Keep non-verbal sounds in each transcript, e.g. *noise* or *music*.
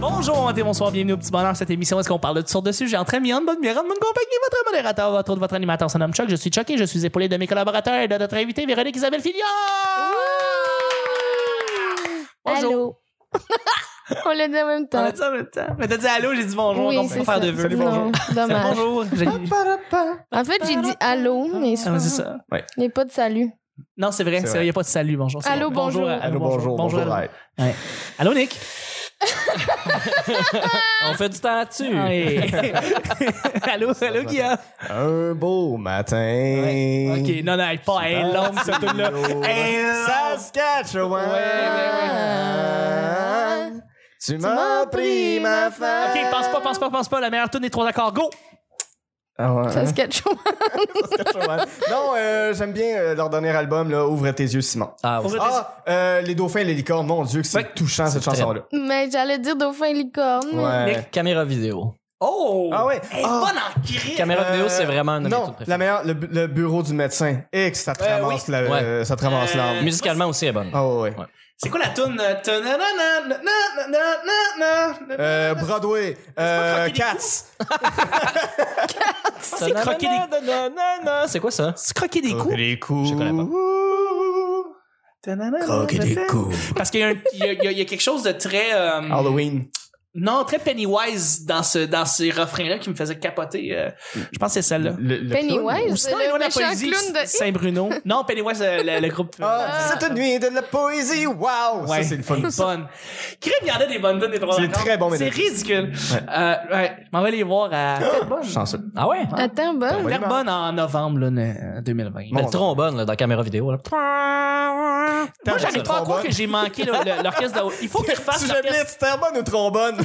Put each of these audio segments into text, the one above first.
Bonjour, bon matin, bonsoir, bienvenue au Petit Bonheur. Cette émission, est-ce qu'on parle de toutes sortes de sujets entre amis, en bonne bière, en bonne compagnie, votre modérateur, votre autre, votre animateur, son nom Chuck. Je suis Chuck et je suis épaulé de mes collaborateurs et de notre invité, Véronique Isabelle Filion. Bonjour. Allô. *laughs* On l'a dit en même On temps. a dit en même temps. Mais t'as dit allô, j'ai dit bonjour. Oui, donc, on c'est peut faire ça. de vœux. Salut, bonjour. *laughs* C'est Dommage. bonjour. J'ai- En fait, j'ai dit allô, mais Ah, ouais, c'est ça. Ouais. il n'y a pas de salut. Non, c'est vrai. C'est Il n'y a pas de salut. Bonjour. euh, c'est Allô, bon. bonjour. à- Allô, bonjour, bonjour. allô. hey. Allô, Nick. *laughs* On fait du temps là-dessus. Hey. *laughs* allô, allô, Guillaume. Un beau matin. Ok, non, non, hey, pas hey, l'homme, ce truc-là. Hey, l'homme. Saskatchewan. Ouais, ouais, ouais. Tu m'as pris ma femme. Ok, pense pas, pense pas, pense pas. La meilleure tune des trois accords. Go! Ah ouais, hein, Saskatchewan. Saskatchewan. non, euh, j'aime bien euh, leur dernier album, là, Ouvre tes yeux, Simon. Ah, Pour ouais. vrai, Ah, euh, Les dauphins et les licornes. Mon Dieu, que c'est Ouais. touchant, cette C'est très- chanson-là. *laughs* Mais j'allais dire dauphin licorne. Ouais. Caméra vidéo. Oh! Ah ouais. Elle est Ah. bonne en crise. Caméra Euh, vidéo, c'est vraiment un de mes Non, trucs préférés. la meilleure, le, bu- le bureau du médecin. X, ça te Ouais, ramasse la- Ouais. euh, ça te ramasse Euh, l'âme. Musicalement aussi, elle est bonne. Ah ouais, ouais. Ouais. C'est quoi la tune? euh, ta- na- na- na- na- na- na- na- na- na- Euh, Broadway, pas euh, Croquer des Cats. C'est croquer des Ah, C'est quoi ça? C'est croquer des coups. des coups. Je connais pas. Croquer des coups. Ah. Parce qu'il y, a un- il y a- il y a- il y a quelque chose de très. euh, Halloween. non, très Pennywise dans, ce, dans ces refrains-là qui me faisait capoter. euh, je pense que c'est celle-là. Le- le Pennywise, Ou c'est sinon, le les Lois de la méchant Poésie, clown de... Saint-Bruno. Non, Pennywise, euh, le, le groupe. euh, Ah, cette nuit de la poésie, wow! Ouais, *laughs* Ça, c'est le fun. fun. Crème, il y en a des bonnes tunes des trois C'est accords. très bon, C'est mesdames. ridicule. Euh, ouais, je m'en vais les voir à Terrebonne. Chanceux. Ah ouais? Attends, bon. Ouais. Terrebonne en novembre là, ne- euh, 2020. Mais Bon, le trombone, là, dans la caméra vidéo. Là. Moi, T'as j'arrive raison, pas à croire trombone. que j'ai manqué là, le- l'orchestre de... Il faut *laughs* qu'ils refassent Si j'aime l'orchestre. les Sterbonne ou trombone?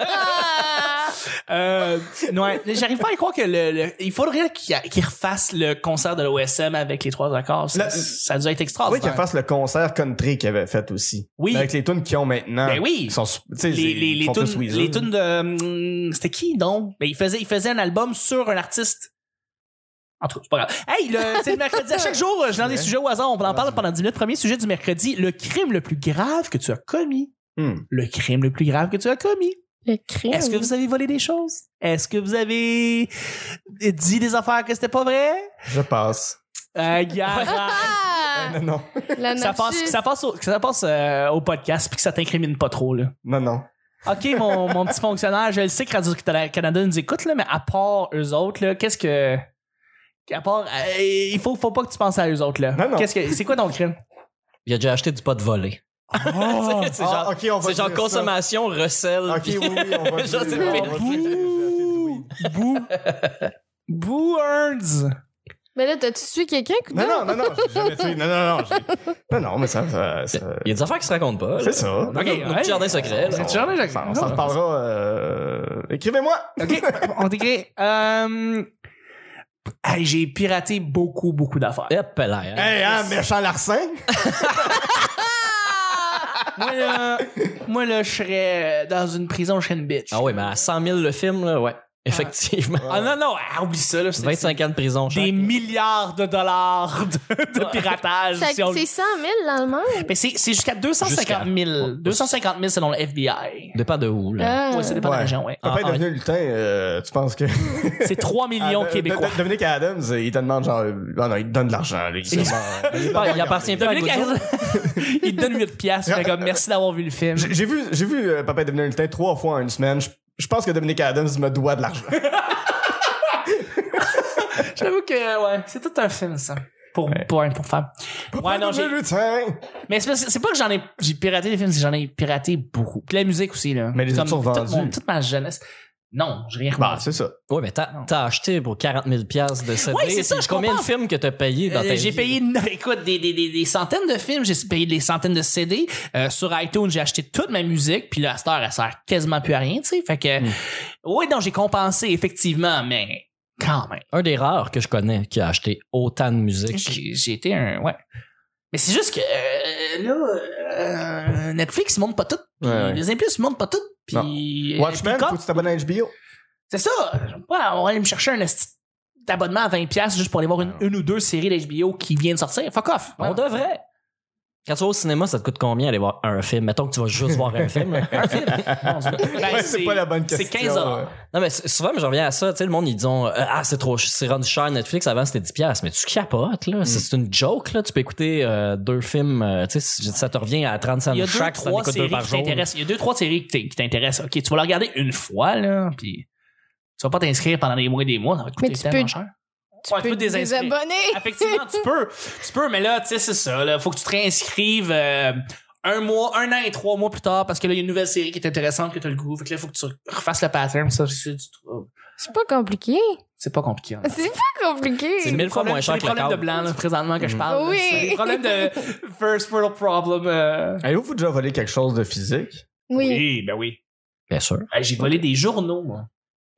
Ah! Euh, ouais, j'arrive pas à croire que le, le- il faudrait qu'ils qu'ils refassent le concert de l'OSM avec les trois accords. Ça, Le- ça a dû être oui, extraordinaire. qu'elle fasse le concert country qu'il avait fait aussi. Oui. Mais Avec les tunes qu'ils ont maintenant. Ben oui. Ils sont, tu sais, les, les, ils les sont tous tunes, Weezer. les tunes de hum, c'était qui donc ben, il faisait il faisait un album sur un artiste en tout cas, c'est pas grave. Hey, le, c'est le mercredi. À chaque jour, je lance des Ouais. sujets au hasard. On en parle pendant 10 minutes. Premier sujet du mercredi. Le crime le plus grave que tu as commis. Hmm. Le crime le plus grave que tu as commis. Le crime. Est-ce que vous avez volé des choses? Est-ce que vous avez dit des affaires que c'était pas vrai? Je passe. Euh, gars, Ah! Non, non. ça passe, ça passe, au, ça passe euh, au podcast puis que ça t'incrimine pas trop, là. Non, non. OK, mon, mon petit fonctionnaire, je le sais que Radio-Canada nous écoute, là, mais à part eux autres, là, qu'est-ce que. À part. euh, il faut, faut pas que tu penses à eux autres, là. Non, non. Qu'est-ce que, c'est quoi ton *laughs* crime? Il a déjà acheté du pot de volé. Oh. c'est Ah, genre, ok, on va c'est genre dire ça. consommation, recel. Ok, oui, puis- oui, on va. dire- Genre, c'est on va fait- dire- Bouh! Bouh! Bouhurds! Mais là, t'as-tu tué quelqu'un, coudonc? Non, non, non, non, *laughs* j'ai jamais tué. Non, non, non. j'ai- Non, non, mais ça. ça- ça- Il y a des affaires qui se racontent pas. là. C'est ça. Nos- nos petits jardins secrets, là. C'est jardin secret. On s'en reparlera. euh, Écrivez-moi! OK, on t'écrit. Euh, hey, j'ai piraté beaucoup, beaucoup d'affaires. Hop là, hein. Hey, hein, méchant larcin! moi, là, moi, là, je serais dans une prison, je serais une bitch. Ah ouais, mais à 100 000 le film, là, ouais. Effectivement. Ah non, non, ah, oublie ça, là. c'est- 25 ans de prison. chaque. des milliards de dollars de, de piratage. Ça- si on- C'est 100 000 l'allemand? Mais c'est c'est jusqu'à 250 000. Jusqu'à- 250 000 selon le FBI. Dépend de où, là. Ah. Ouais, ça dépend de la Ouais. région, ouais. T'as Ah, pas ah, devenu lutin, euh, tu penses que. C'est 3 millions Ah, de- québécois. de- Dominique Adams, euh, il te demande genre. euh, Ah non, il te donne de l'argent, là. Il, Il- sûrement- Il par- il appartient pas à Dominique Guzzo. Harrison, *laughs* il te donne 8 piastres. fait comme, merci d'avoir vu le film. J'ai j'ai vu, j'ai vu euh, Papa est devenu lutin trois fois en une semaine. Je- Je pense que Dominique Adams me doit de l'argent. J'avoue que, ouais, c'est tout un film, ça. Pour, Ouais. pour, pour faire. Ouais, non, j'ai. Devenu lutin! Mais c'est parce que- c'est pas que j'en ai. J'ai piraté des films, c'est que j'en ai piraté beaucoup. Puis la musique aussi, là. Mais les Comme as-tu toute mon- revendus? Toute ma jeunesse. Non, j'ai rien Bah, remarqué. c'est ça. Ouais, mais t'as, t'as acheté pour 40 000 piastres de CD. Ouais, c'est ça, puis je Combien comprends. de films que t'as payé dans ta Euh, J'ai vie? payé, *laughs* écoute, des, des, des, des centaines de films, j'ai payé des centaines de CD. Euh, sur iTunes, j'ai acheté toute ma musique, puis là, à cette heure, elle sert quasiment plus à rien, tu sais. Fait que, Hmm. oui, non, j'ai compensé, effectivement, mais quand même. Un des rares que je connais qui a acheté autant de musique. J'ai j'ai été un, ouais. Mais c'est juste que, euh, là, euh, Netflix, ils montent pas tout. puis Ouais, ouais. Les Implus, ils montent pas tout. Puis, euh, Watchmen, puis faut que tu t'abonnes à HBO. C'est ça. Ouais, on va aller me chercher un esti d'abonnement à 20$ juste pour aller voir une, une ou deux séries d'HBO qui viennent de sortir. Fuck off. On devrait. Quand tu vas au cinéma, ça te coûte combien aller voir un film? Mettons que tu vas juste voir un *laughs* film. *laughs* là. Un film? Mon Dieu. Ben, Ouais, c'est pas la bonne question. C'est 15 ouais. dollars. Non, mais c- souvent, mais je reviens à ça. Tu sais, le monde, ils disent euh, Ah, c'est trop, ch- c'est rendu cher Netflix. Avant, c'était 10$. piastres. Mais tu capotes, Mm. là. C'est c'est une joke, là. Tu peux écouter euh, deux films. euh, tu sais, ça te revient à 30 cents Il y a deux, chaque. t'en trois écoutes séries deux par qui jour. t'intéressent. Il y a deux, trois séries qui t'in- qui t'intéressent. OK, tu vas la regarder une fois, là, puis tu vas pas t'inscrire pendant des mois et des mois. Ça va te Mais coûter tu tellement peux- cher. Tu Ouais, tu peux peux te désinscrire. désabonner. Effectivement, tu peux. Tu peux, mais là, tu sais, c'est ça. Là, faut que tu te réinscrives euh, un mois, un an et trois mois plus tard parce que là, il y a une nouvelle série qui est intéressante, que tu as le goût. Fait que là, faut que tu refasses le pattern. Ça, c'est du trouble. C'est pas compliqué. C'est pas compliqué. hein. C'est pas C'est compliqué. mille fois Problème- moins c'est cher les que le problèmes de câble. blanc, là, présentement, Mm. que je parle. là. Oui. C'est les problèmes *laughs* de first world problem. euh. Avez-vous déjà volé quelque chose de physique? Oui. ben oui. Bien sûr. Hey, J'ai volé des journaux, *laughs* moi.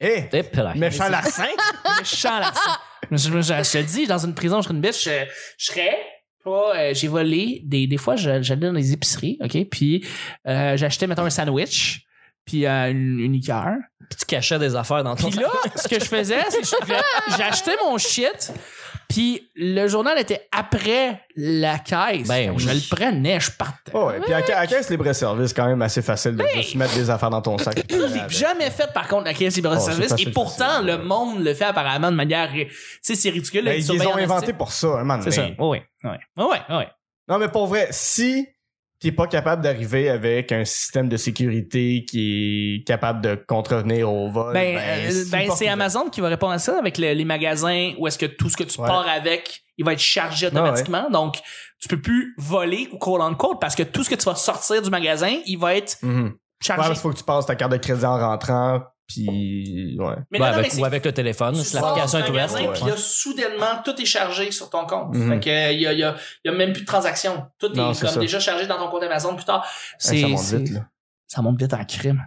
Eh! T'es plat. Méchant larcin! *laughs* méchant Larson. Je, je, je- je te le dis, dans une prison, je serais une bitch. Je, je serais pas. euh, j'ai volé. Des, des fois, je- j'allais dans les épiceries, OK? Puis euh, j'achetais, mettons, un sandwich, puis euh, une, une liqueur. Puis tu cachais des affaires dans ton. Puis là, ce que je faisais, c'est que je- j'achetais mon shit, puis le journal était après la caisse. Ben oui. Je le prenais, je partais. Oh, ouais. Puis à, ca- à caisse libre-service, c'est quand même assez facile de juste mettre des affaires dans *clears throat* ton sac. Je l'ai jamais fait, par contre, la caisse libre de Oh, c'est service. facile, Et pourtant, facile. le monde le fait apparemment de manière. Tu sais, c'est ridicule. là, Mais ils ben, ils les surveillent ont en inventés esti. pour ça, un moment C'est ça. donné. Oui, oui. Oui, oui. Non, mais pour vrai, si t'es pas capable d'arriver avec un système de sécurité qui est capable de contrevenir au vol, Ben, euh, si ben, porte- c'est Amazon qui va répondre à ça avec le- les magasins où est-ce que tout ce que tu Ouais. Ah, pars avec, il va être chargé ouais. automatiquement. Donc, tu peux plus voler ou call en call parce que tout ce que tu vas sortir du magasin, il va être Mhm. Ouais, chargé. parce qu'il faut que tu passes ta carte de crédit en rentrant, puis mais non, ouais. Ouais, non, mais avec, c'est- ou avec le Ah, téléphone, tu si sors l'application du est ouverte. magasin, ouais. Puis là, soudainement, tout est chargé sur ton compte. Mhm. Fait que, euh, il y a, il y a- il y a même plus de transaction. Tout est Non, c'est comme ça. déjà chargé dans ton compte Amazon plus tard. Hey, C'est, ça monte c'est- vite, là. *laughs* ça monte vite en crime.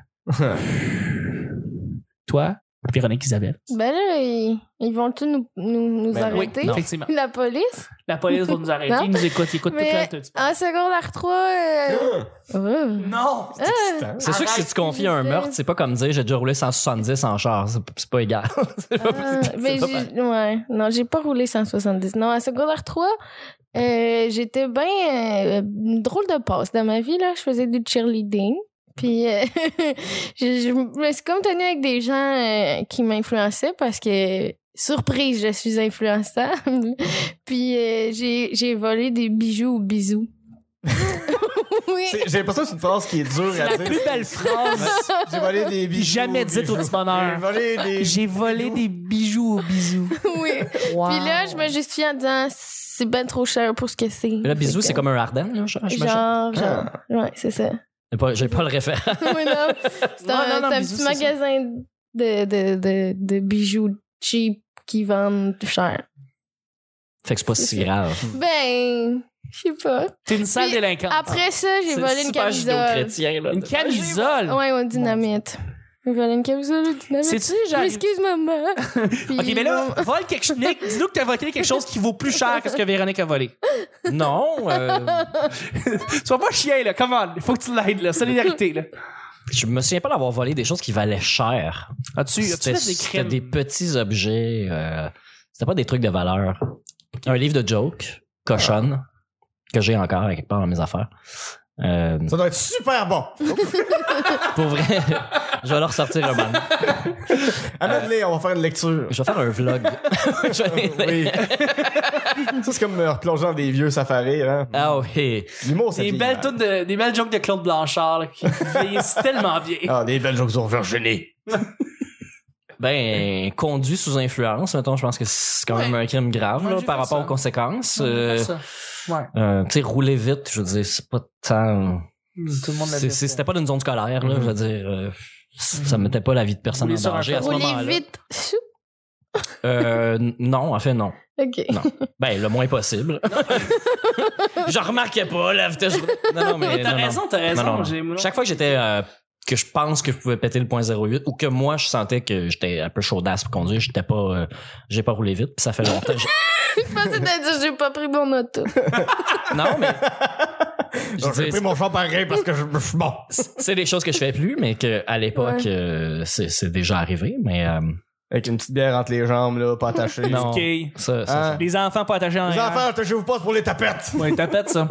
Toi, Véronique Isabelle. Ben là, ils, ils vont tous nous, nous, nous Ben, arrêter. Oui, effectivement. La police. La police va nous arrêter. Non. Ils nous écoutent. Ils écoutent Mais- euh, tout le temps. En secondaire 3. euh, oh. Non! Ah, C'est sûr que si tu confies un meurtre, c'est pas comme dire j'ai déjà roulé 170 en char. C'est c'est pas égal. *laughs* C'est pas- Ah, c'est ben, pas j'ai- pareil. ouais. Non, j'ai pas roulé 170. Non, à secondaire 3, euh, j'étais bien une drôle de passe dans ma vie. Là. Je faisais du cheerleading. Puis, euh, *laughs* je, je me suis comme tenue avec des gens euh, qui m'influençaient parce que, surprise, je suis influençable. *laughs* Puis, euh, j'ai j'ai volé des bijoux ou bisous. *laughs* oui. C'est- J'ai l'impression que c'est une phrase qui est dure à La dire. plus belle phrase J'ai volé des bijoux. jamais dite au bijoux. petit bonheur. J'ai volé des J'ai volé des bijoux au bisou. oui. Puis là, je me justifie en disant, c'est ben trop cher pour ce que c'est. Mais là, bisous, Fait c'est que- comme un Arden, là, je- Ah. je- je- Genre, genre. Ouais, c'est ça. J'ai pas- J'ai pas le référent. Oui, non. C'est Non, un, non, non, c'est un bisous, petit c'est magasin de, de, de, de bijoux cheap qui vendent cher. *laughs* Fait que c'est pas si grave. Hmm. Ben, je sais pas. T'es une sale Puis délinquante. Après ça, j'ai C'est volé une super camisole. judéo-chrétien, là. Une camisole! Ouais, ouais, dynamite. J'ai volé une camisole au dynamite. C'est-tu Je genre. m'excuse, maman. *laughs* Puis, Ok, mais là, bon, vole quelque chose. Nick, Dis-nous que t'as volé quelque chose qui vaut plus cher que ce que Véronique a volé. Non, euh, *laughs* Sois pas chien, là. Comment? Il faut que tu l'aides, là. Solidarité, là. je me souviens pas d'avoir volé des choses qui valaient cher. As-tu as C'était fait des c'était crimes? des petits objets. euh, C'était pas des trucs de valeur. Un livre de jokes, cochonne, que j'ai encore quelque part dans mes affaires. Euh, Ça doit être super bon. pour vrai, je vais leur sortir un moment. Euh, Amène-les, on va faire *laughs* une lecture. Je vais faire un vlog. *laughs* Je vais- Oui. ça, c'est comme me replonger dans des vieux safaris. Hein. Ah oui. L'humour, c'est Des vieilli, belles, hein. toutes de, des belles jokes de Claude Blanchard là, *laughs* qui vieillissent tellement bien. Ah, des belles jokes sur Virginie. Ben, conduit sous influence, mettons, je pense que c'est quand Ouais. même un crime grave Ouais, là, j'ai par fait rapport ça. aux conséquences. Euh, Ça. Ouais. euh, tu sais, rouler vite, je veux dire, c'est pas tant. Tout le monde l'a C'est- fait. Mhm. c'est- C'était pas d'une zone scolaire, là, Mhm. je veux dire. euh, ça mettait pas la vie de personne Rouler en sur un danger à ce cheval. moment-là. roulez vite. Chou. Euh, n- non, en fait, non. *laughs* Ok. Non. Ben, le moins possible. je remarquais pas la vitesse. Non, non, mais. T'as non, non. raison, t'as raison. Non, non, non. j'ai- moi, non. Chaque fois que j'étais. euh, que je pense que je pouvais péter le point 08 ou que moi je sentais que j'étais un peu chaudasse pour conduire, j'étais pas euh, j'ai pas roulé vite, puis ça fait longtemps. Je- Je pensais de dire, j'ai pas pris mon auto. Non, *laughs* mais je J'ai dis, pris mon champ pareil parce que je je suis bon. c'est des choses que je fais plus mais que à l'époque euh, c'est c'est déjà arrivé mais euh, Avec une petite bière entre les jambes, là, *laughs* pas attachée. Non. Ok. ça, ça- Hein? Les enfants pas attachés en Les arrière. *laughs* enfants, attachez-vous pas c'est pour les tapettes. Ouais, t'as fait ça.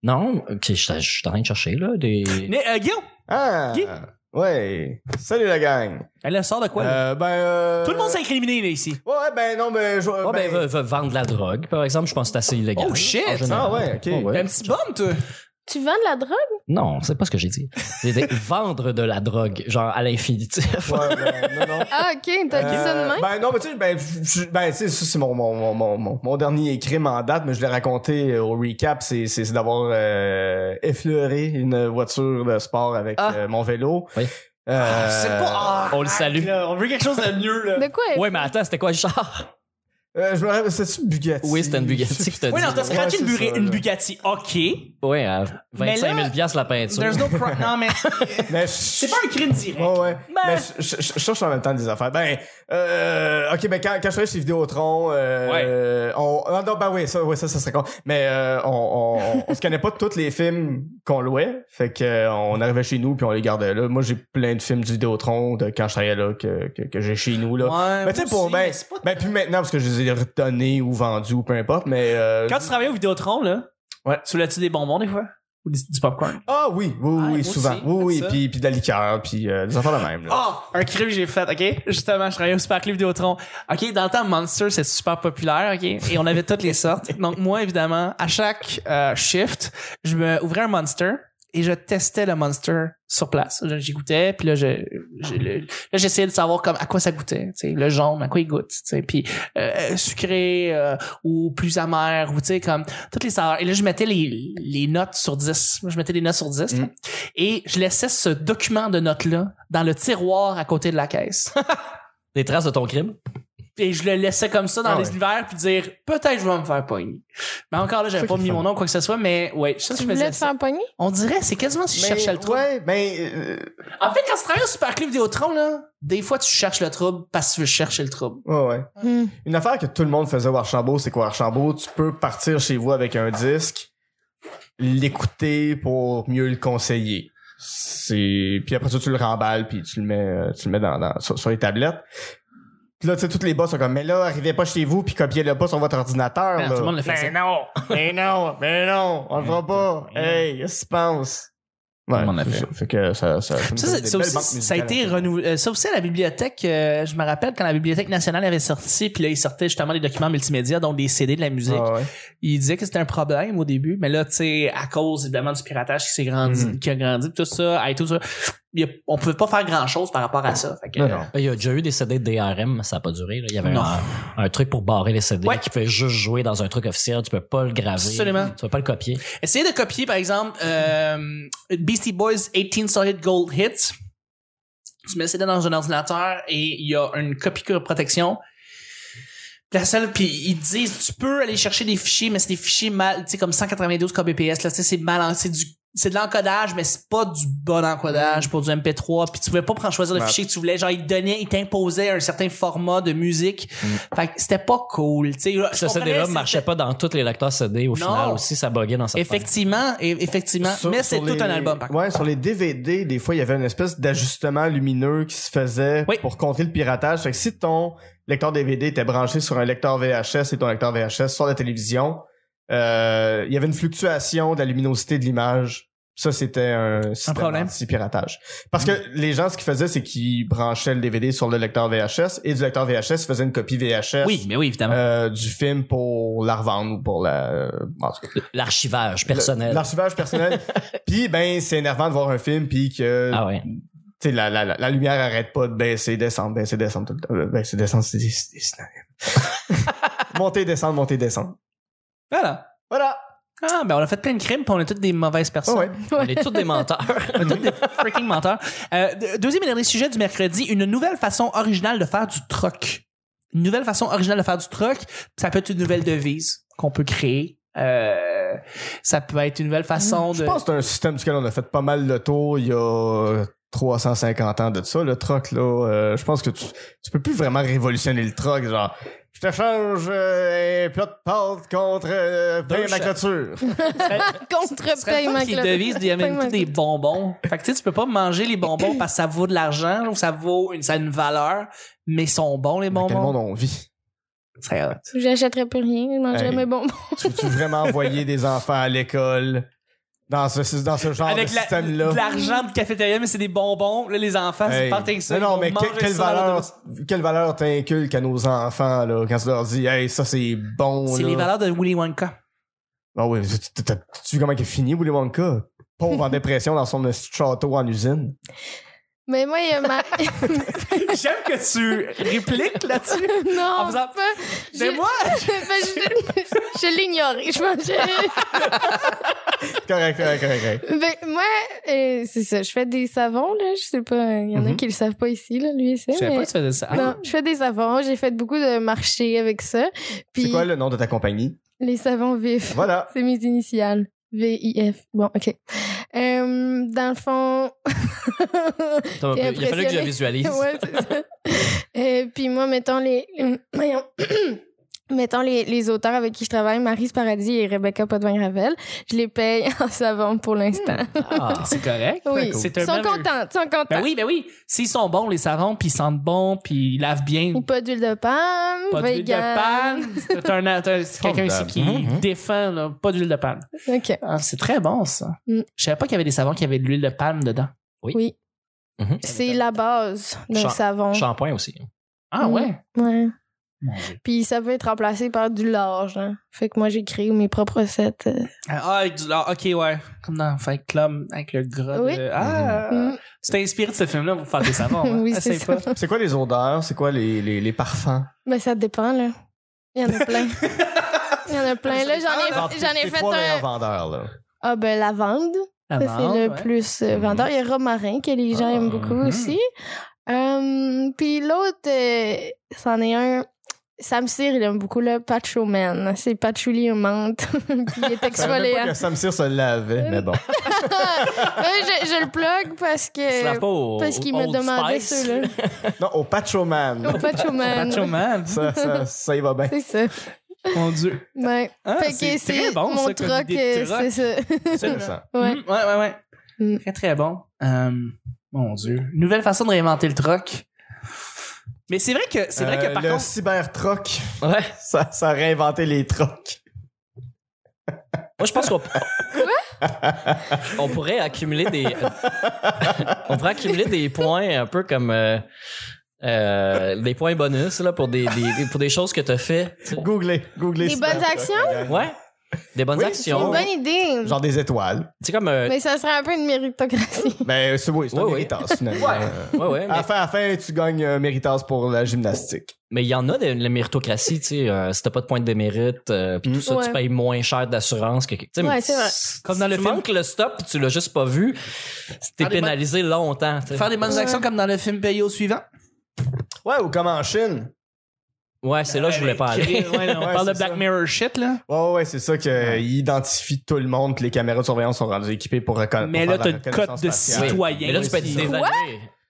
Non, ok, je je suis en train de chercher, là, des. Mais euh, Guillaume, Ah! Guy? Ouais. Salut la gang. elle sort de quoi? là? Euh, ben, euh, Tout le monde s'est incriminé là, ici. Ouais, ouais, ben non, ben, je, Ah, ben, va- va vendre de la drogue, par exemple, je pense que c'est assez illégal. Oh, shit! En général. Ah, ouais, ok. Ouais, ouais. Un petit bum, toi. Tu vends de la drogue? Non, c'est pas ce que j'ai dit. J'ai dit *laughs* vendre de la drogue, genre à l'infinitif. ouais, ben, non, non. Ah, ok, t'as dit ça de Euh, même? ben non, mais tu sais, ben, je- ben, tu sais, ça c'est mon, mon, mon, mon, mon- mon dernier crime en date, mais je l'ai raconté au recap, c'est c'est- c'est d'avoir euh, effleuré une voiture de sport avec Ah. euh, mon vélo. Oui. Euh, C'est pas. ah, on le salue. là, on veut quelque chose de mieux, là. De quoi? Ouais, mais attends, c'était quoi le char? euh, je me rappelle, c'était-tu Bugatti? Oui, c'était une Bugatti que t'as dit. Oui, non, t'as scratché Ouais, une, c'est Buri- ça, une là. Bugatti. OK. Oui, à Mais 25 là, 000 piastres la peinture. There's no pro- Non, *laughs* mais *laughs* Mais c'est pas un crime direct. Ouais, ouais. Ben- Mais je- je je- je cherche en même temps des affaires. Ben, euh, ok, ben quand, quand je travaillais chez Vidéotron, euh, on, ah non, ben oui, ça, ouais, ça, ça serait con. Mais euh, on, on, on, on se connaît pas tous les films qu'on louait. Fait que euh, on arrivait chez nous puis on les gardait là. Moi, j'ai plein de films du Vidéotron de quand je travaillais là que, que, que j'ai chez nous là. Ouais, mais tu sais moi pour aussi, ben, mais c'est pas- ben puis maintenant parce que je les ai redonnés ou vendus ou peu importe. Mais euh, Quand tu travaillais au Vidéotron, là, Ouais. tu l'as-tu des bonbons des fois? Ou du, du popcorn? ah oui, oui, Ah, oui, moi souvent, aussi, oui, ça. oui, puis puis de la liqueur, puis euh, des affaires de même. Là. Ah! un crime que j'ai fait, OK? Justement, je travaillais au Super Club Vidéotron. OK, dans le temps, Monster, c'est super populaire, OK? Et on avait toutes les *laughs* sortes. Donc, moi, évidemment, à chaque euh, shift, je me ouvrais un Monster et je testais le Monster sur place. Je- J'y goûtais, puis là, je, je- le- là, j'essayais de savoir comme à quoi ça goûtait. tu sais, Le jaune, à quoi il goûte, tu sais, puis euh, sucré euh, ou plus amer, ou tu sais, comme toutes les saveurs. Et là, je mettais les, les notes sur 10. Moi, je mettais des notes sur 10. là. Mm. Et je laissais ce document de notes-là dans le tiroir à côté de la caisse. *laughs* Des traces de ton crime? et je le laissais comme ça dans Ah ouais. l'univers puis dire peut-être je vais me faire pogner. Mais encore là, j'avais C'est pas ça qui mis est mon nom ou quoi que ce soit, mais ouais, ça, Tu je voulais faisais te ça. faire pogner? On dirait, c'est quasiment si je cherchais le trouble. Ouais, mais euh, En fait, quand tu travailles au Superclub Vidéotron, là, des fois, tu cherches le trouble parce que tu veux chercher le trouble. ouais, ouais. Hmm. Une affaire que tout le monde faisait au Archambault, c'est quoi Archambault? Tu peux partir chez vous avec un disque, l'écouter pour mieux le conseiller. C'est puis après ça tu le remballes puis tu le mets euh, tu le mets dans, dans- sur, sur les tablettes. Puis là tu sais toutes les boss sont comme mais là arrivez pas chez vous puis copiez le pas sur votre ordinateur. Man, Ah, là. tout le monde le fait, ça. Mais non, *laughs* mais non, mais non, on le fera pas. Hey, qu'est-ce que tu penses? Ouais, le monde l'a c'est fait. ça. Fait que ça ça, ça nous Ça, donne c'est- des ça belles aussi, banques ça a musicales. été renouvelé. euh, ça aussi, à la bibliothèque, euh, je me rappelle quand la Bibliothèque nationale avait sorti, puis là, ils sortaient justement des documents multimédia, donc des CD de la musique. Ah ouais. Il disait que c'était un problème au début, mais là, tu sais, à cause évidemment du piratage qui s'est grandi, Mhm. qui a grandi, tout ça, et tout ça, il y a- on pouvait pas faire grand chose par rapport à ça. Fait que, Non, non. Ben, Il y a déjà eu des CD de DRM, ça a pas duré. là. Il y avait Non. un, un truc pour barrer les CD Ouais. qui fait juste jouer dans un truc officiel. Tu peux pas le graver. Absolument. Tu peux pas le copier. Essayez de copier, par exemple, euh, Beastie Boys 18 Solid Gold Hits. Tu mets ça dans un ordinateur et il y a une copie de protection. Puis La seule, puis ils te disent, tu peux aller chercher des fichiers, mais c'est des fichiers mal, tu sais, comme 192 kbps, là, tu sais, c'est mal, c'est du, c'est de l'encodage, mais c'est pas du bon encodage pour du MP3, puis tu pouvais pas prendre choisir le Ouais. fichier que tu voulais, genre, ils te donnaient, ils t'imposaient un certain format de musique. Fait que c'était pas cool, tu sais. là, Ce je comprenais, CD-là c'est- marchait pas dans tous les lecteurs CD. Au final aussi, ça buguait dans certains. Effectivement, et- effectivement, Sur- mais sur c'est tout les- un album, par contre. Ouais, sur les DVD, des fois, il y avait une espèce d'ajustement lumineux qui se faisait Oui. pour contrer le piratage. Fait que si ton lecteur DVD était branché sur un lecteur VHS et ton lecteur VHS sur la télévision, euh, il y avait une fluctuation de la luminosité de l'image. Ça, c'était un, système problème. Mm. anti-piratage. Parce que les gens, ce qu'ils faisaient, c'est qu'ils branchaient le DVD sur le lecteur VHS et du lecteur VHS, ils faisaient une copie VHS Oui, mais oui, évidemment. euh, du film pour la revendre ou pour la... euh, en tout cas. L'archivage Le- personnel. L'archivage personnel. puis ben c'est énervant de voir un film puis que Ah ouais. tu sais, la, la, la, la lumière arrête pas de baisser, descendre, baisser, descendre tout le temps. Euh, Baisser, descendre, c'est des c'est des synonymes. monter, descendre, monter, descendre. Voilà. Voilà. Ah, ben on a fait plein de crimes, puis on est toutes des mauvaises personnes. Ah ouais. On est tous des menteurs. On est toutes des freaking menteurs. Euh, de- deuxième et dernier sujet du mercredi, une nouvelle façon originale de faire du troc. Une nouvelle façon originale de faire du troc, ça peut être une nouvelle devise qu'on peut créer. Euh, ça peut être une nouvelle façon Mm, Je de... pense que c'est un système duquel on a fait pas mal le tour il y a 350 ans de ça, le troc, là. Euh, je pense que tu, tu peux plus vraiment révolutionner le troc, genre. Je te change euh, un plat de pâtes contre euh, pain Deux ma chats. culture. Ce Contre serait le paiement fun qu'il y ait une devise d'y amener tous des bonbons. Fait que tu sais, tu peux pas manger les bonbons parce que ça vaut de l'argent ou ça vaut une, ça a une valeur, mais ils sont bons les Dans Quel monde bonbons. on vit? C'est hot. J'achèterais plus rien, je mangerais Hey. mes bonbons. Tu veux-tu vraiment envoyer des enfants à l'école dans ce, dans Ah, ce genre Avec de la- système-là. de l'argent de cafétéria, mais c'est des bonbons. Là, les enfants, c'est Hey. parti avec ça. Non, non, ils mais vont que- manger quelle, ça dans leur valeur, quelle valeur t'inculques à nos enfants là, quand tu leur dis Hey, ça c'est bon. C'est là. les valeurs de Willy Wonka. Ah oui, tu- tu- tu- tu vu comment il est fini, Willy Wonka? *laughs* Pauvre en dépression dans son petit château en usine. Mais moi, il y *laughs* a ma. *laughs* J'aime que tu répliques *laughs* là-dessus. non! En faisant- pas- Mais j'ai- *laughs* moi, je je l'ignorais. Je mangeais. *laughs* Correct, correct, correct. correct. Ben, moi, euh, c'est ça. Je fais des savons, là. Je sais pas. Il y en a Mhm. qui le savent pas ici, là, lui et *laughs* ça. je savais mais- pas que tu faisais ça. Ah, Non, je fais des savons. J'ai fait beaucoup de marchés avec ça. Puis C'est quoi le nom de ta compagnie? les savons vifs. Voilà. C'est mes initiales. V-I-F. Bon, OK. Euh, dans le fond. *laughs* Attends un peu. T'es Il a fallu que je la impressionné. visualise. ouais, c'est ça. Euh, puis moi, mettons les. *clears throat* voyons. Mettons les, les auteurs avec qui je travaille, Marise Paradis et Rebecca Potvin-Gravel, je les paye *laughs* en savon pour l'instant. Ah, c'est correct. Hmm. Oui, C'est un ils sont merveilleux- contents, ils sont contents. Ben oui, ben oui. S'ils sont bons, les savons, puis ils sentent bon, puis ils lavent bien. Ou pas d'huile de palme, Pas d'huile de vegan. panne. C'est un- *laughs* c'est quelqu'un ici qui Mhm. défend, là, pas d'huile de palme. OK. Ah, c'est très bon, ça. Mm. Je savais pas qu'il y avait des savons qui avaient de l'huile de palme dedans. Oui. Mhm. C'est la base d'un Champ- savon. Shampoing aussi. Ah Mm. ouais? Ouais. Mon Dieu. Puis ça peut être remplacé par du large. hein. Fait que moi, j'ai créé mes propres sets. euh. Ah, avec du lard. Ok, ouais. Comme dans Fight Club, avec le gras Oui. de... Ah! Mm. C'est inspiré de ce film-là pour faire des savons. hein. *laughs* Oui, Ah, c'est ça. pas- C'est quoi les odeurs? C'est quoi les, les, les parfums? Mais Ben, ça dépend, là. Il y en a *laughs* plein. Il y en a plein. Là, Dans Euh, j'en ai, tes- j'en ai tes fait Ah, trois meilleurs un. vendeurs, là. Ah, ben, lavande. La Ça, menthe, c'est le ouais. plus euh, vendeur. Il y a romarin que les gens Ah, aiment beaucoup mhm. aussi. Euh, Puis l'autre, euh, c'en est un. Sam Cyr, il aime beaucoup le patchoman. C'est patchouli aux menthe. *laughs* Puis il est hein. Je savais même *laughs* pas exfoliant. que Sam Cyr se lavait, mais *laughs* bon. Ouais, Ben, je, je le plug parce Euh, Tu te que. laves pas au- Parce qu'il au m'a Old demandé Spice? ceux-là. Non, au Pachoman. Au patchoman. Macho Man. Ça, ça, ça y va bien. C'est ça. Mon Dieu. Ouais. Ah, fait c'est que très c'est bon, mon ça, comme troc, idée de euh, troc. c'est ça. C'est ça. ouais. Mm, ouais, ouais, ouais. Mm. Très, très bon. Euh, mon Dieu. Nouvelle façon de réinventer le troc. Mais c'est vrai que, c'est vrai Euh, que par le contre. cybertroc, Ouais. ça, ça a réinventé *laughs* les trocs. Moi, je pense qu'on on pourrait accumuler des *laughs* on pourrait accumuler des points un peu comme euh, euh, des points bonus là pour des, des- pour des choses que t'as fait. tu sais. Googlez, googlez. Des bonnes cybertroc. actions? Ouais. Des bonnes Oui, C'est actions. une bonne idée. Genre des étoiles. C'est comme euh, Mais ça serait un peu une méritocratie. Ben, c'est oui, c'est un Ouais, ouais. méritas, finalement. Euh, ouais ouais. Ah. À Mais la fin, à la fin, tu gagnes un méritas pour la gymnastique. mais il y en a de la méritocratie, tu sais, euh, si t'as pas de points de démérite, euh, Mm. puis tout ça, Ouais. tu payes moins cher d'assurance que. tu sais, Ouais, mais c'est vrai. Comme dans le tu film. manques le stop, puis tu l'as juste pas vu. T'es Faire des bonnes- pénalisé longtemps. tu sais. Faire des bonnes Ouais. actions comme dans le film Payé au suivant. Ouais, ou comme en Chine. Ouais, c'est là que je voulais pas Eh, aller. Ouais, on Ouais, parle de c'est Black ça. Mirror shit, là. Ouais, ouais, c'est ça qu'ils identifient tout le monde, que les caméras de surveillance sont rendues équipées pour reconnaître. Mais là, t'as une cote de Oui. citoyen. Mais là, tu peux être aussi. dévalué.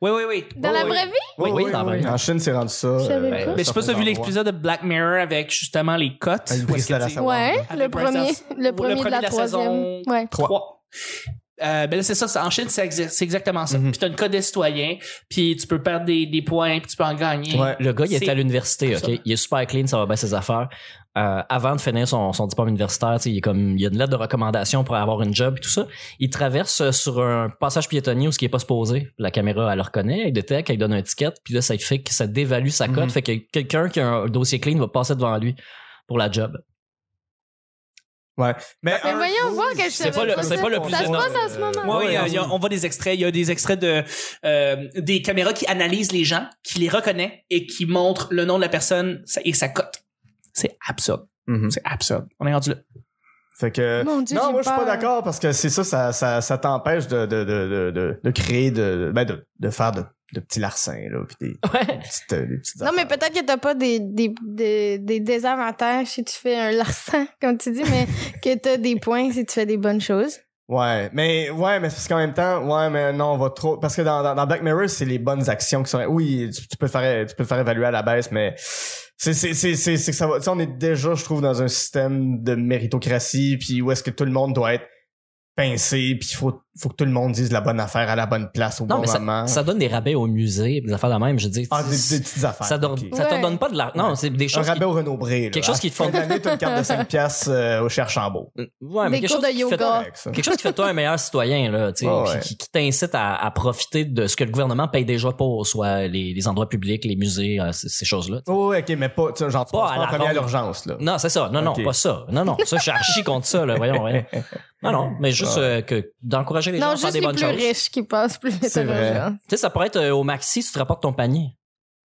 Oui, oui, oui. Dans Oui, la oui. vraie vie? Oui, Oui, oui, dans la oui. vraie vie. En Chine, c'est rendu ça. euh, Je savais pas. Mais je sais pas si t'as vu l'exécution de Black Mirror avec justement les cotes. Ah, il Où est-ce brise que la tu- Ça va, Ouais, hein. le Avec Bryce premier, Dallas. le premier de la, saison troisième. Ouais. Trois. Euh, ben là, c'est ça, ça. En Chine, c'est exa- c'est exactement ça. Mhm. Puis t'as une cote de citoyen, puis tu peux perdre des, des points, puis tu peux en gagner. Ouais. Le gars, il C'est- était à l'université, OK? Il est super clean, ça va bien ses affaires. Euh, avant de finir son, son diplôme universitaire, tu sais, il, est comme, il y a une lettre de recommandation pour avoir une job et tout ça. Il traverse euh, sur un passage piétonnier où ce qui est pas supposé. La caméra, elle le reconnaît, elle détecte, elle donne un ticket, puis là, ça fait que ça dévalue sa cote. Mhm. Fait que quelqu'un qui a un dossier clean va passer devant lui pour la job. Mais voyons voir que je C'est pas savais le- c'est ça. pas le plus Ça se énorme. passe en ce moment. Moi, Ouais, il y a- il y a- on voit des extraits. Il y a des extraits de euh, des caméras qui analysent les gens, qui les reconnaît et qui montrent le nom de la personne sa- et sa cote. C'est absurde. Mhm. C'est absurde. On est rendu là. Fait que. Mon Dieu, Euh, non, j'ai moi, je suis pas peur. d'accord parce que c'est ça, ça, ça, ça t'empêche de, de, de, de, de, de créer, de, ben, de, de faire de, de petits larcins, là, pis des, Ouais. petites, euh, des petites Non, mais affaires. peut-être que t'as pas des, des, des, des désavantages si tu fais un larcin, *laughs* comme tu dis, mais que t'as des points si tu fais des bonnes choses. Ouais, mais, ouais, mais c'est parce qu'en même temps, ouais, mais non, on va trop, parce que dans, dans, dans Black Mirror, c'est les bonnes actions qui sont, oui, tu, tu peux te faire, tu peux te faire évaluer à la baisse, mais c'est, c'est, c'est, c'est, c'est que ça va, tu sais, on est déjà, je trouve, dans un système de méritocratie, puis où est-ce que tout le monde doit être pincé, puis il faut faut que tout le monde dise la bonne affaire à la bonne place au Non, bon mais moment. ça, ça donne des rabais au musée, des affaires de même. Je dis, Ah, des, des petites affaires. ça, donne- ok. ça te Ouais. donne pas de l'argent. Non, c'est des Un choses. rabais qui- au Renault Bré. là. Quelque chose qui te font- À la fin d'année, t'as une carte de 5 piastres euh, au Cher Chambaud. Ouais, Des mais quelque cours chose de qui te fait- yoga. Correct, ça. Quelque chose qui fait de toi un meilleur citoyen, là, tu sais, Ouais, puis ouais. qui, qui t'incite à, à profiter de ce que le gouvernement paye déjà pour, soit les, les endroits publics, les musées, euh, ces, ces choses-là. Oh, ouais, ok, mais pas, tu sais, genre, tu Pas passes à pas en la premier à ronde. l'urgence, là. Non, c'est ça. Non, non, Ok. pas ça. Non, non, ça, je suis archi contre ça, là, voyons, voyons. Non, non, mais juste Ouais. euh, que d'encourager les gens Non, à faire juste des les bonnes plus choses. riches qui passent plus vite *laughs* C'est à vrai. hein. l'urgence. Tu sais, ça pourrait être euh, au maxi si tu rapportes ton panier.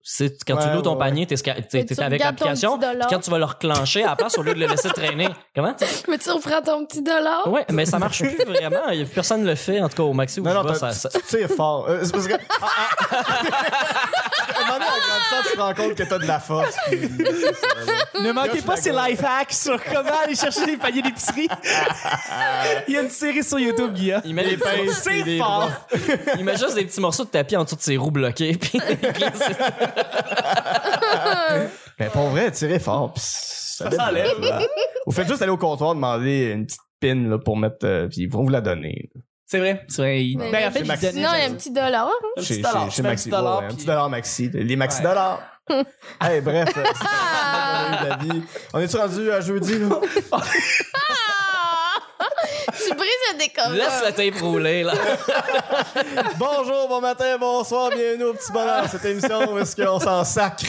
C'est quand tu Ouais, loues ton ouais, panier, t'es, sca- t'es- Mais t'es tu avec regardes ton l'application. petit dollar. puis Quand tu vas le reclencher à la place au lieu de le laisser traîner. *laughs* Comment? tu- Mais tu reprends ton petit dollar. Ouais, mais ça marche plus vraiment. Y a- Personne le fait, en tout cas au maxi où Non, je non, vais, t'as- ça- *laughs* ça- tu tires fort. Euh, c'est parce que. Ah, ah. *laughs* À un moment donné, en grandissant, tu te rends compte que t'as de la force. puis- Ne manquez Gâche pas la ces gomme. life hacks sur comment aller chercher des paniers d'épicerie. Il y a une série sur YouTube, Guillaume. Il met des pinces, pinces, C'est puis des fort. bras. Il met juste des petits morceaux de tapis en dessous de ses roues bloquées. Puis il glisse. Mais pour vrai, tirer fort, pis ça s'enlève. là. Vous faites juste aller au comptoir demander une petite pin là, pour mettre, euh, puis ils vont vous la donner. C'est vrai. C'est vrai. Il- Mais Ben, en fait, le- il Maxi- donnait- non, il y a un petit dollar. un Chez- petit chez- dollar. chez tu mets un petit Maxi, dollar. ouais, un puis- petit dollar maxi, les maxi Ouais. *laughs* dollars. hey, bref, euh, c'est *laughs* la vie. on est-tu rendu à jeudi là? *laughs* Ah! tu brises le décor. Laisse la tape rouler, là. Bonjour, bon matin, bonsoir, bienvenue au petit bonheur. Cette émission où est-ce qu'on s'en sacre?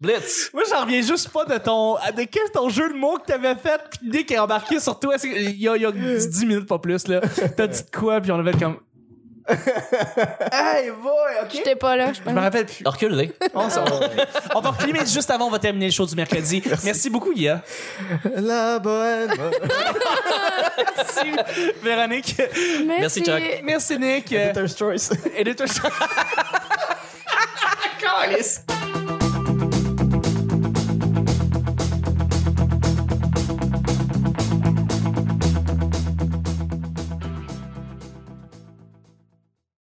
Blitz. Moi, j'en reviens juste pas de ton. De quel ton jeu de mots que t'avais fait, puis l'idée qui est embarquée sur toi, c'est- il y a, il y a 10 minutes, pas plus, là. T'as dit de quoi, puis on avait comme. hey, boy, ok. J'étais pas là, je Je me pense. rappelle plus. Recule-les. On, s'en va. on va reclimer juste avant, on va terminer le show du mercredi. *laughs* Merci, beaucoup, Guilla. La bohème. Merci, Véronique. Merci, Chuck. Merci, Nick. Peter's Choice. Editor's. *laughs* Calice.